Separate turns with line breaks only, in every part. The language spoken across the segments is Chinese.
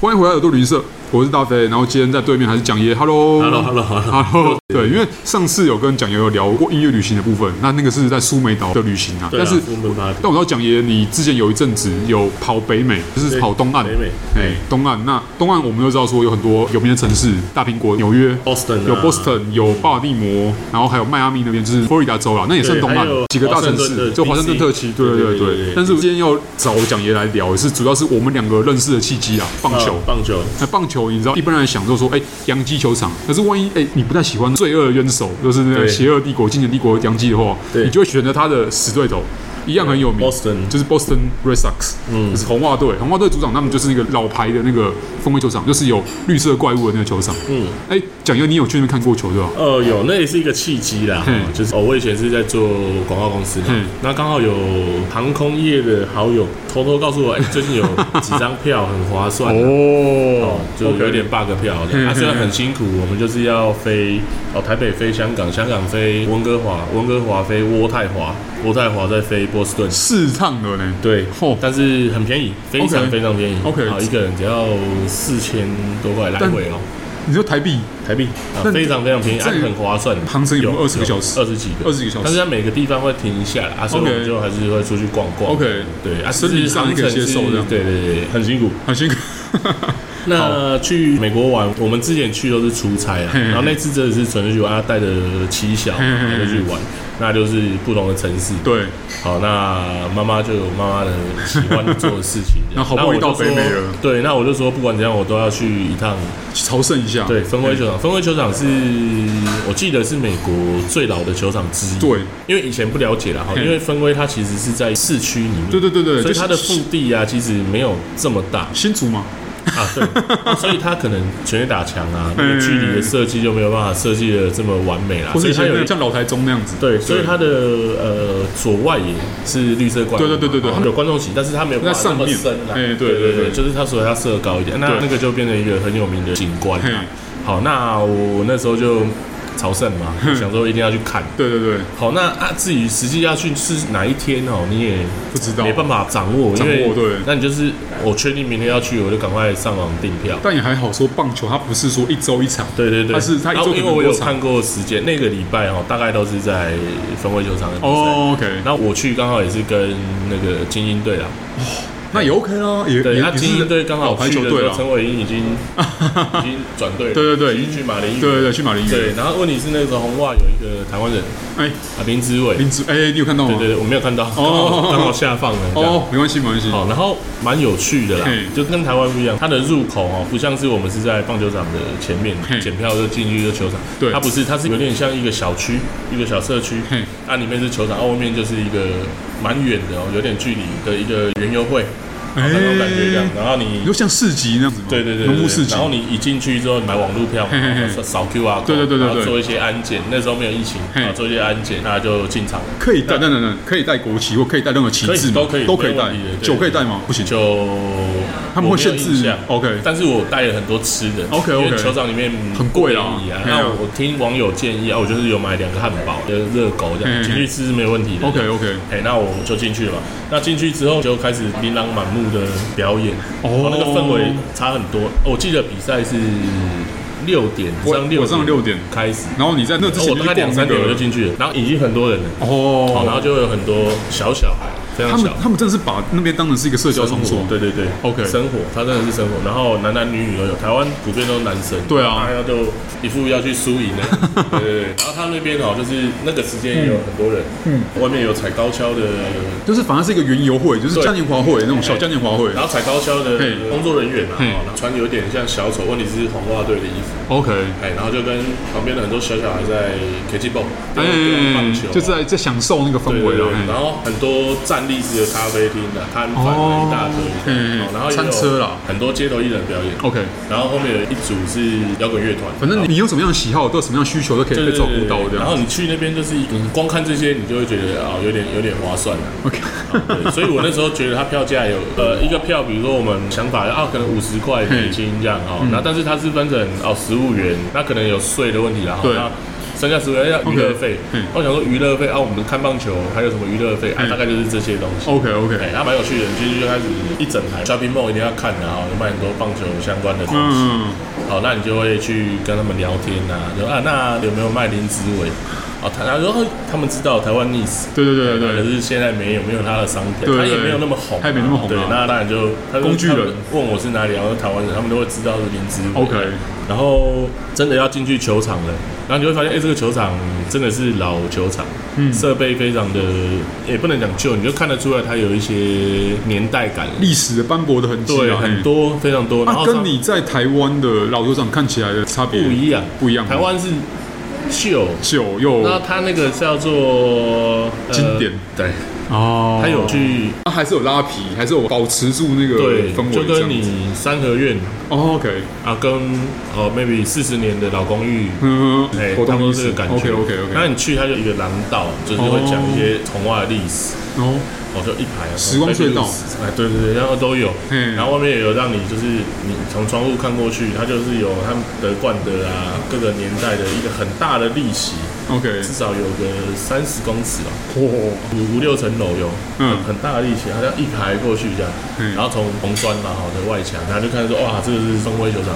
欢迎回来耳朵旅行社，我是大飞，然后今天在对面还是蒋爷，Hello。
Hello，Hello，Hello。
然后对，因为上次有跟蒋爷有聊过音乐旅行的部分，那那个是在苏梅岛的旅行啊。
对啊
但是
苏梅
我，
巴黎
但我知道蒋爷你之前有一阵子有跑北美，就是
对
跑东岸。
北美
哎、
对
东岸。那东岸我们都知道说有很多有名的城市，大苹果、纽约、
Boston 啊
有 Boston，有巴尔的摩，然后还有迈阿密那边，就是佛罗里达州啦，那也算东岸
还有
几个大城
华盛顿
市，
的
就华盛顿
DC
特区。对对对
对对对
对
对。
但是我今天要找蒋爷来聊，是主要是我们两个认识的契机啊，棒球。
啊棒球，
那棒球，你知道，一般人想说说，哎、洋基球场。可是万一，哎、你不太喜欢罪恶的冤手，就是那个
对
邪恶帝国、今年帝国洋基的话，
对
你就会选择他的死对头，一样很有名
Boston
就是 Boston Red Sox，嗯，就是红袜队。红袜队主场他们就是那个老牌的那个风味球场，就是有绿色怪物的那个球场。嗯，哎、蒋优，你有去那边看过球对哦吧？
呃，有，那也是一个契机啦
嗯，
就是哦，我以前是在做广告公司嘛
嗯，
那刚好有航空业的好友偷偷告诉我，哎，最近有几张票很划算啊。
哦
哦，就有点 bug 票
嗯
的，啊，虽然很辛苦，我们就是要飞哦，台北飞香港，香港飞温哥华，温哥华飞渥太华，渥太华再飞波士顿，
试烫了呢。
对
哦，
但是很便宜，非
OK
常非常便宜
OK
好，一个人只要四千多块来
但
回哦，
你说台币
台币啊
那，
非常非常便宜，
这
啊、
个
很划算。
航程有没有20个小时
二十几个，
20个小时
但是它每个地方会停一下啦啊，所以
OK
我们就还是会出去逛逛。
OK
对啊，
身体上
只是
可以接受
航程是
这样
对对对，对很辛苦。
很辛苦。
那去美国玩，我们之前去都是出差啊，
嘿嘿
然后那次真的是纯粹去玩，他带着妻小，
嘿嘿嘿
然后就去玩，那就是不同的城市。
对，
好，那妈妈就有妈妈的喜欢做的事情
，那好不容易
我就
到北美
说
了
对，那我就说不管怎样，我都要去一趟。
去朝圣一下。
对，分威球场，分威球场是我记得是美国最老的球场之一。
对，
因为以前不了解啦，哈，
嗯
因为分威它其实是在市区里面，
对对对对，
所以它的
就是
腹地啊，其实没有这么 大
新竹嘛。
啊，对，啊所以它可能全力打墙啊，那
嗯
个距离的设计就没有办法设计的这么完美啦，
或
所
是
以
以
它
前
有
那
一
个像老台中那样子。
对，所以它的呃左外野是绿色观众
对
嘛，
对对对对
哦有观众席，但是它没有办法
在上面
那么深啦。
哎对对
对
对
对，就是它所以它设高一点，那
对
那个就变成一个很有名的景观啊
嘿。
好，那我那时候就朝圣嘛，想说一定要去看。
对对对，
好，那啊至于实际要去是哪一天哦，你也
不知道
没办法掌握，
掌
因
握
为
对
那你就是我确定明天要去，我就赶快上网订票。
但也还好说，棒球它不是说一周一场，
对对对，
它啊是它一
然
周
后
可
因
能
为我有
多场
看过时间，那个礼拜哦，大概都是在分位球场的比赛。
哦，OK，
那我去刚好也是跟那个精英队啦，啊
那也 OK 啦，也
对，
也
那
也
精
是哦
英队刚好
排
去
球
的
队
时
啦
候，，陈伟英 已经已经转队了，
对对对
已经去马林鱼，
对对对，去马林鱼，
对。然后问题是那个时候红袜有一个台湾人
哎，
啊林之伟，
林哦子，哎，你有看到
对
吗？
对对，我没有看到，刚好刚好下放了这样。
哦，没关系，没关系，
好，然后蛮有趣的啦
嘿，
就跟台湾不一样，它的入口哦，不像是我们是在棒球场的前面
嘿
检票就进去就球场，
嗯对嗯
它不是，它是有点像一个小区，一个小社区
嘿，
它里面是球场，啊外面就是一个蛮远的哦，有点距离的一个园游会，
哎
那种感觉这样，然后
你
你
就。像市集那样子吗？
对对对对
农夫市
对，
集
然，后你一进去之后，你买网路票嘛
嘿嘿嘿，
扫 QR code，
嗯对对对对嗯对
然后做一些安检，那时候没有疫情，
嘿
啊，做一些安检，那就进场了。
可以带，等等等，可以带国旗或可以带任何旗帜吗？
可以都
都可
可以
以带
没问题的。对
酒可以带吗？不行，
就
他们会
我没
限
有
制
印象
OK
但是我带了很多吃的
OK，OK
因为球场里面
很贵啦
不便宜啊。
嘿啊
那我听网友建议啊，我就是有买两个汉堡、一个热狗这
嘿嘿
样
嘿
进去吃是没问题的。
嗯 OK OK，
哎，那我就进去了嘛。那进去之后就开始琳琅满目的表演，
哦
哦，那个氛围差很多。我记得比赛是六点，
晚
上六
晚上六点
开始，
然后你在那之
然后
前
哦我
就去
大概
逛
两
那
三点我就
个，
进去了，然后已经很多人了，好，
哦，
然后就有很多小小孩，非
他
常
们
小。
他们真的是把那边当成是一个社交场所，
对对对
OK
生活，它真的是生活。然后男男女女都有，台湾普遍都是男生，
对啊
然后就一副要去输赢 的，对对对。然后他那边哦，就是那个时间也有很多人，嗯，外面有踩高跷的，
就是反而是一个园游会，就是
对
嘉年华会那种小嘉年华会
然。后踩高跷的
嘿
工作人员嘛，
嘿
哦然后穿有点像小丑，问题是红袜队的衣服，
OK，
哎，然后就跟旁边的很多小小孩在 K T b o
哎、
棒球啊，
就是在在享受那个氛
对
围
对
了
对，。然
哎
后很多站立式的咖啡厅的摊贩啊
哦
一大堆，
嗯
哦然后也
餐
有
车啦
很多街头艺人表演，
OK，
然后后面有一组是摇滚乐团，
反正你你有什么样的喜好，都有什么样的需求，都可以
对
被
对
照
对
顾
对
到
对
这样。
然后你去那边就是一个，你光看这些，你就会觉得啊、有点有点划算了、
OK，
对，所以我那时候觉得它票价有呃一个票，比如说我们想法啊，可能五十块
嗯
美金这样哦，那但是它是分成哦十五元，那可能有税的问题啦，哦
对
那三加十五元要娱乐费
OK，嗯。
我想说娱乐费啊，我们看棒球还有什么娱乐费啊？
嗯
大概就是这些东西。
OK OK，
对，那蛮有趣的，其实就开始一整排 shopping mall 一定要看的啊，有卖很多棒球相关的东西。
嗯，
好，那你就会去跟他们聊天啊，就啊，那有没有卖林子伟？啊，他然后他们知道台湾 Nice，
对对对对
可
对，
是现在没有没有他的商品，
对
他也没有那么红啊，
他也没那么红啊
对，那当然就他就
工具人
他们问我是哪里，然后是台湾人，他们都会知道是林子伟
OK
然后真的要进去球场了，然后你会发现，哎、这个球场真的是老球场，嗯，设备非常的，也不能讲旧，你就看得出来它有一些年代感，
历史的斑驳的痕迹
对，
啊，嘿
很。多非常多，然
那
后
跟你在台湾的老球场看起来的差别
不一样，
不一样。
台湾是旧，
久又
那它那个叫做、呃
经典，
对，
哦，
它有去。
它还是有拉皮，还是有保持住那个
对
氛，围
就
这样
跟
子。
你三合院
哦，OK，
啊，跟哦 maybe 四十年的老公寓，
嗯，
哎，
活
差
动
不多
意
这
识
个感觉。
OK OK OK。
那你去它就一个廊道，就是会讲一些童话的历史，
哦，
哦，就一排啊
时光隧道，
哎，对对对，然后都有，
嗯
然后外面也有让你就是你从窗户看过去，它就是有他们德冠的啊，各个年代的一个很大的历史，
OK，
至少有个三十公尺吧，哦
嚯，
五五六层楼有，
嗯
很大的力气，好像一排过去这样，
嗯
然后从红砖嘛，好的外墙，然后就看说哇，这个是中威球场，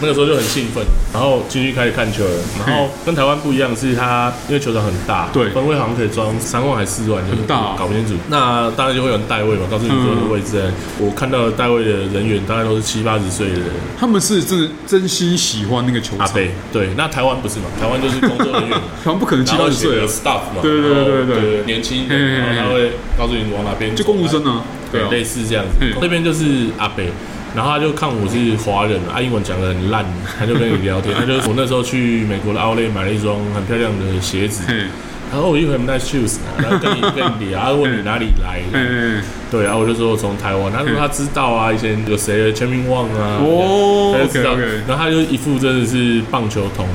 那个时候就很兴奋，然后进去开始看球了，然后跟台湾不一样是它因为球场很大，
嗯对
分位好像可以装三万还是四万，就是
很大啊嗯
搞不清楚，那当然就会有人代位嘛，告诉你说的位置在哪里，我看到的代位的人员大概都是七八十岁的人
他们是真的真心喜欢那个球
阿
场，
贝，对，那台湾不是嘛，台湾就是工作人 员嘛。
他们不可能七
然
八
后
十
写
岁啊
的
了，
staff 嘛，
对对对对
然后
对
对，年轻一点，
嘿嘿嘿
然后他会告诉你往哪边走，
就公务生啊，对
对
啊，
类似这样
嗯
子。这边就是阿北，然后他就看我是华人，啊，英文讲的很烂， 他就跟你聊天，他就我那时候去美国的奥莱买了一双很漂亮的鞋子，
嘿，
然后我一很 nice shoes，然后啊跟你跟 你聊，他问你哪里来，
嘿，
对，啊然后我就说我从台湾，他说他知道啊，以前有谁全民旺啊，
哦
他就知道
OK，OK
然后他就一副真的是棒球童，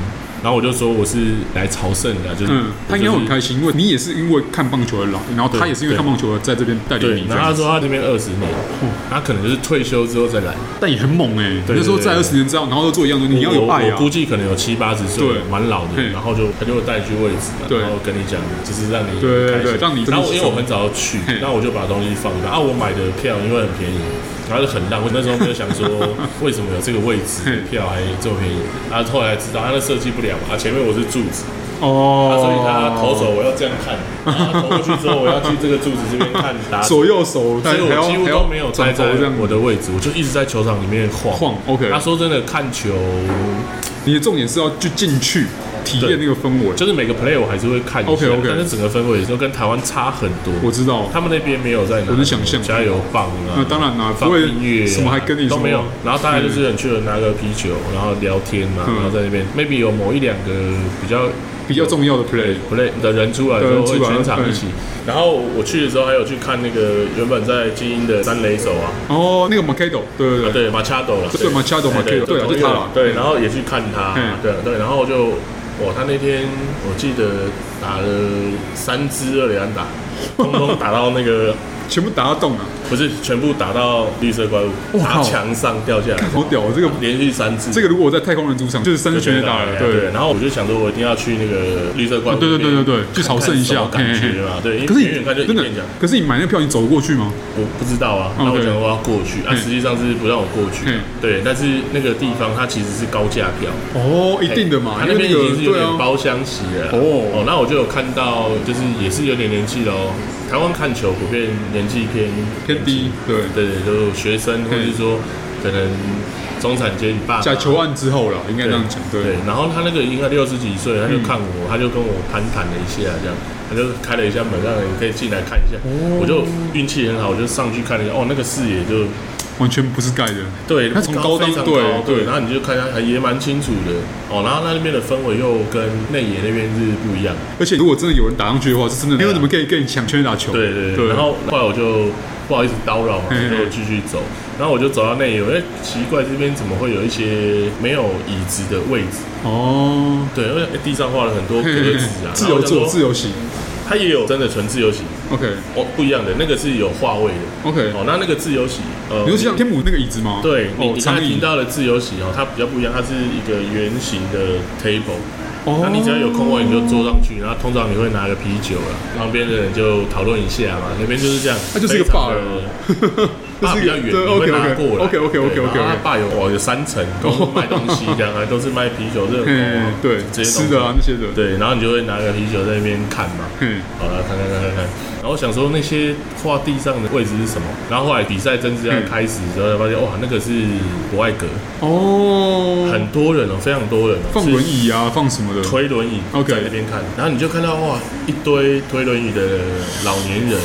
然后我就说我是来朝圣的啊，就是
嗯，他应该
我就是
很开心，因为你也是因为看棒球而来，然后他也是因为看棒球而在这边带领
对
你，，
然后他说他这边二十年，
嗯
他可能就是退休之后再来。
但也很猛哎，
对对
那时候在
对
二十年之后，然后都做一样的，你要有
我
爱
我
啊，
估计可能有七八十岁
对，
蛮老的
嗯，
然后就他就会带你去位置，
对
然后跟你讲，就是让你
对对
开心
对让你
然后因为我很早去
嗯，
那我就把东西放那啊，我买的票因为很便宜。然后就很烂，我那时候没有想 说为什么有这个位置
嗯
票还这么便宜，啊，后来知道他那设计不了嘛，啊，前面我是柱子，
哦
啊，所以他投手我要这样看，然后他投过去之后我要去这个柱子这边看打者
左右手，
所以
还
我
要
几乎
还
都
要
没有待在
转头这样
我的位置，我就一直在球场里面晃
晃，OK
他说真的，看球
你的重点是要就进去体验那个氛围，
就是每个 play 我还是会看一下
OK，OK
但是整个氛围就跟台湾差很多。
我知道，
他们那边没有在拿，
我能想象
加油棒啊，
那当然啦
放
不会
音乐啊
什么还跟你
都没有
什么。
然后大概就是很去了拿个啤酒，然后聊天嘛，
嗯
然后在那边 maybe 有某一两个比较
比较重要的 play，
play 的人出来之后，
对呃
会
出来嗯
全场一起。然后我去的时候还有去看那个原本在精英的三垒手啊，
哦，那个 Macedo，对对对，
对马恰斗了，
对 Machado，Machado，对啊就他啦
对，
嗯
然后也去看他
嗯，
对对，然后就哇，他那天我记得打了三支二连安 打，通通打到那个
全部打到洞啊，
不是全部打到绿色怪物，
哇
打墙上掉下来，
好屌！这个
连续三支，
这个如果我在太空人主场，就是三
就
十
觉
全
得
垒打
哎
了，
呀
对。
然后我就想说，我一定要去那个绿色怪物
啊
那
对对对
边看看什么，
对对，去朝圣一下，
感觉嘛，对，因
可
为
是
远远看就
你
一
真的
面讲，，
可是你买那个票，哦你走过去吗？
我不知道啊，
OK
然后我想说我要过去，啊，
嗯
实际上是不让我过去
嗯，
对，但是那个地方它其实是高价票，
哦，一定的嘛，
哎
因
他那
为
边
那
已
个
经是有
对
点
啊，
包厢席了啦。
哦
哦，那我就有看到，就是也是有点年纪喽。台湾看球普遍年纪偏
偏低，对，
对对，就是学生或者是说可能中产阶级爸妈
假球案之后了，应该这样讲，对嗯
对，，然后他那个应该六十几岁，他就看我，他就跟我攀谈了一下，这样，他就开了一下门，让你可以进来看一下。
哦
我就运气很好，我就上去看了一下，哦，那个视野就
完全不是盖的，
对，
他从
高
高当
非常
对
高
对
对，然后你就看一下，还也蛮清楚的哦。然后那边的氛围又跟内野那边是不一样的。
而且如果真的有人打上去的话，是真的没有怎么可以跟你抢全垒打球，
啊对对对，然后后来我就不好意思叨扰嘛，
嗯
就继续走。然后我就走到内野，哎，奇怪，这边怎么会有一些没有椅子的位置？
哦，
对，因为哎地上画了很多格
嘿嘿嘿
子啊，
自由
然后我
坐
想说
自，由行
它也有真的纯自由席，
，OK
哦，不一样的，那个是有画位的。
OK，
哦，那那个自由席，呃
你说像天母那个椅子吗？
对，你
哦，
你刚
长
才听
椅，
到的自由席哦，它比较不一样，它是一个圆形的 table，
哦
那你只要有空位你就 坐上去，然后通常你会拿个啤酒啊，旁边的人就讨论一下嘛，那边就是这样，
它就是一个
非
bar
常的
这
爸
是
啊比
一个
较远，
对
你会拿
OK，OK，
过来。
OK，OK，OK，OK，OK
对然后它爸有哦，有三层都是卖东西，这样啊，都是卖啤酒、 热狗啊
嗯，，对，
这些
吃
东西
的啊那些的，
对，然后你就会拿个啤酒在那边看嘛，
嗯
好了，看看看看看。然后想说那些画地上的位置是什么，然后后来比赛正式要开始之后，才发现哇，那个是博爱阁，
哦，
很多人哦，非常多人哦，
放
是
轮椅啊，放什么的，
推轮椅
OK
在那边看，然后你就看到哇，一堆推轮椅的老年人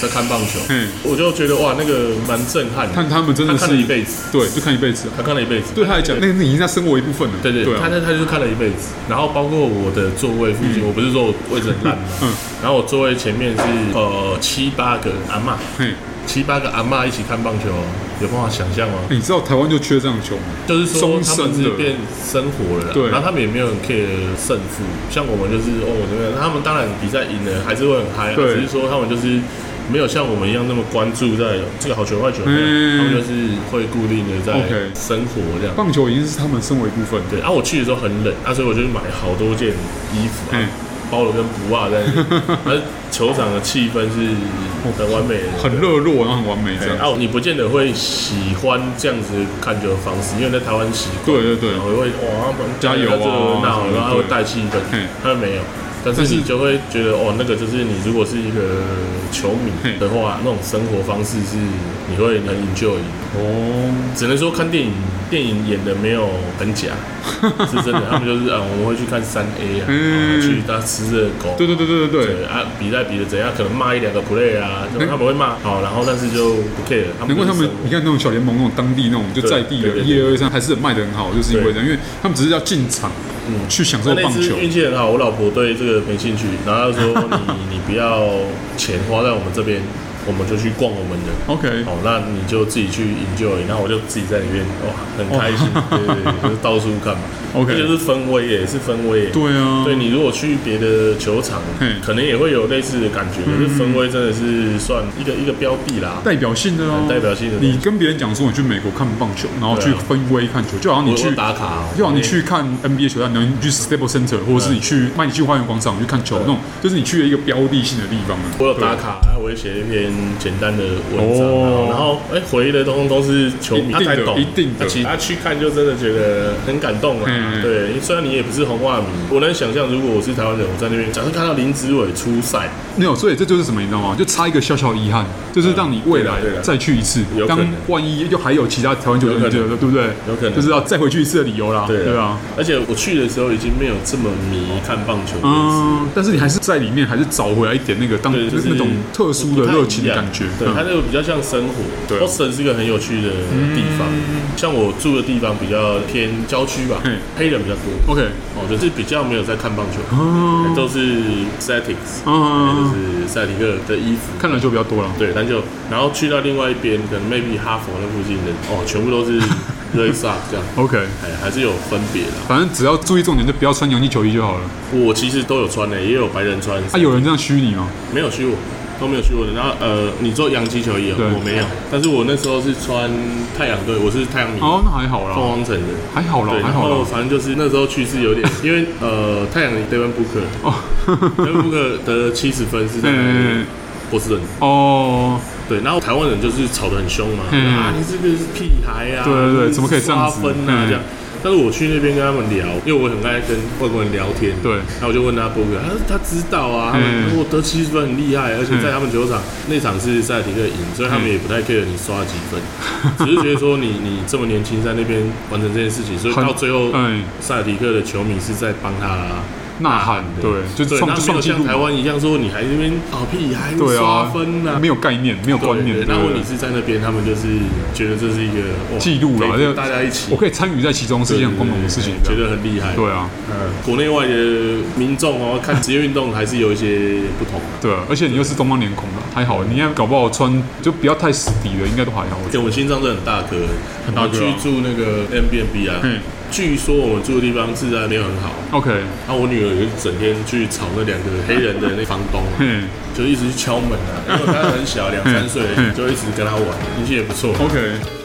在看棒球
嗯，
我就觉得哇，那个蛮震撼的。
看他们真的
他
是
看了一辈子，
对，就看一辈子啊。
他看了一辈子，
对他来讲，那那已经在生活一部分了。
对对，
对
他
啊，
他他就是看了一辈子，然后包括我的座位附近，我不是说我位置很烂吗？
嗯
然后我座位前面是呃七八个阿嬷，
嘿，
七八个阿嬷一起看棒球，哦有办法想象吗？
欸你知道台湾就缺这样的球吗？
就是说
终
他
身
们是
的
变生活了啦，
对
然后他们也没有很 care 胜负，像我们就是哦怎么样，他们当然比赛赢了还是会很嗨啊，
对
只是说他们就是。没有像我们一样那么关注在这个好球坏球，没有
嗯
他们就是会固定的在
OK
生活这样。
棒球已经是他们生活一部分。
对，啊，我去的时候很冷，啊，所以我就买好多件衣服、啊
嗯，
包了跟不袜在那 里，而球场的气氛是很完美的，
很热络，然后很完美这
对。
样。
啊，你不见得会喜欢这样子看球的方式，因为在台湾习惯，
对对对
然后会哦哇
加油啊
这个闹，然后他会
对
带气氛
嗯，
他没有。但是
但是
你就会觉得哦，那个就是你如果是一个球迷
嗯
的话，那种生活方式是你会很 enjoy 的。
哦，
只能说看电影，电影演的没有 很假，是真的。他们就是啊，我们会去看三 A 啊，
嗯
然后去他吃热狗，
对对对对对对，
对啊，比赛比的怎样，可能骂一两个 play 啊，就他们会骂好，然后但是就不 care，他
难
们
怪他们
就是生活
你看那种小联盟那种当地那种就在地的
对对对
一二三还是卖的很好，就是因为这样，因为他们只是要进场去享受
嗯那
棒
那次
球。
运气很好，我老婆对这个没兴趣，然 后她说你你不要钱花在我们这边，我们就去逛我们的。
OK，
好，那你就自己去 enjoy，然后我就自己在里面哇，很开 心，对对对，就是到处看嘛。
OK
这就是氛围耶，是氛围耶。
对啊，
对你如果去别的球场
嘿，嗯
可能也会有类似的感觉，可是分威真的是算一个一个标的啦。
代表性的哦，
嗯代表性的
你跟别人讲说你去美国看棒球，然后去
对啊
分威看球，就好像你
我
去
我打嗯卡哦，
就好像你去看 NBA 球赛，然后你去 Staples Center，或者是你去卖你去花园广场去看球，那种就是你去了一个标的性的地方了。
我有
对
打卡，然后我也写了一篇简单的文章，
哦
然后哎回忆的通通都是球迷
一定的
他才懂，
一定的
他其实他啊去看就真的觉得很感动啊
嗯。
对，虽然你也不是红袜迷，我能想象如果我是台湾人，我在那边，假设看到林子伟出赛，
没有，所以这就是什么，你知道吗？就差一个小小遗憾，就是让你未来
对啦对啦
再去一次
嗯有，可
当
能
万一就还有其他台湾球队，
有可
你
能
觉得对不对？
有可能
就是要再回去一次的理由啦。对啊，
而且我去的时候已经没有这么迷看棒球这件事
嗯，但是你还是在里面，还是找回来一点那个当
对，就是
那种特殊的热情的感觉。
对，
嗯
它那个比较像生活。
对啊
Boston 是一个很有趣的地方，像我住的地方比较偏郊区吧
嗯，
黑人比较多。
OK，
哦，就是比较没有在看棒球，
嗯
都是 Celtics，就
嗯，
是赛迪克的衣服。
看篮球比较多了。
对，但就然后去到另外一边，可能 maybe 哈佛那附近的，哦，全部都 是 Red Sox 这样，
OK，
哎，还是有分别的。
反正只要注意重点，就不要穿洋基球衣就好了。
我其实都有穿的，也有白人穿，
啊，有人这样虚你吗？
没有去过，都没有去过的。然后呃，你做洋基球衣、哦
对，
我没有，但是我那时候是穿太阳队，我是太阳迷，凤
哦，那还好啦，
凰城的。
还好啦
对，，
还
然
好
后
啦。
反正就是那时候去是有点，因为呃，太阳的 Devin Booker，Devin
哦
Booker 得七十分是在
嗯
波士顿，
哦，
对，然后台湾人就是吵得很凶嘛，
嗯
啊，你这个是屁孩啊，
对对对
你
怎么可以这样子
刷分啊
嗯
这样。但是我去那边跟他们聊，因为我很爱跟外国人聊天，
对
然后我就问他波哥，他说他知道啊，他
嗯
们我得七十分很厉害，而且
嗯
在他们球场那场是赛提克赢，所以他们也不太 care 你刷几 分，只是觉得说你你这么年轻在那边完成这件事情，所以
很
到最后
哎，
赛提克的球迷是在帮他啊
呐喊，对，就是
对，
创
那
就
没
创
有
纪
像
录
台
嘛。
湾一样说你还在那边哦屁孩你
对
刷
啊
分啊，，
没有概念，没有观念对
对，
不
那如果
对
你是在那边，他们就是觉得这是一个哇
记录啦
可以
这
大家一起，
我可以参与在其中是一件很光荣的事情。
对对对觉得很厉害。
对啊，
嗯，国内外的民众哦，看职业运动还是有一些不同。
对啊，而且你又是东方脸孔的，还好，你要搞不好穿就不要太死底了，应该都还好。我
对，
觉
我们心脏真的很大颗，很
大颗啊
去住那个 M B N B 啊
嗯，
据说我们住的地方治安没有很好，
得 OK，
那我女儿就整天去吵那两个黑人的那房东啊，
嗯
就一直去敲门啊，因为她很小，两三岁
嗯嗯
就一直跟她玩，运气也不错。
，OK，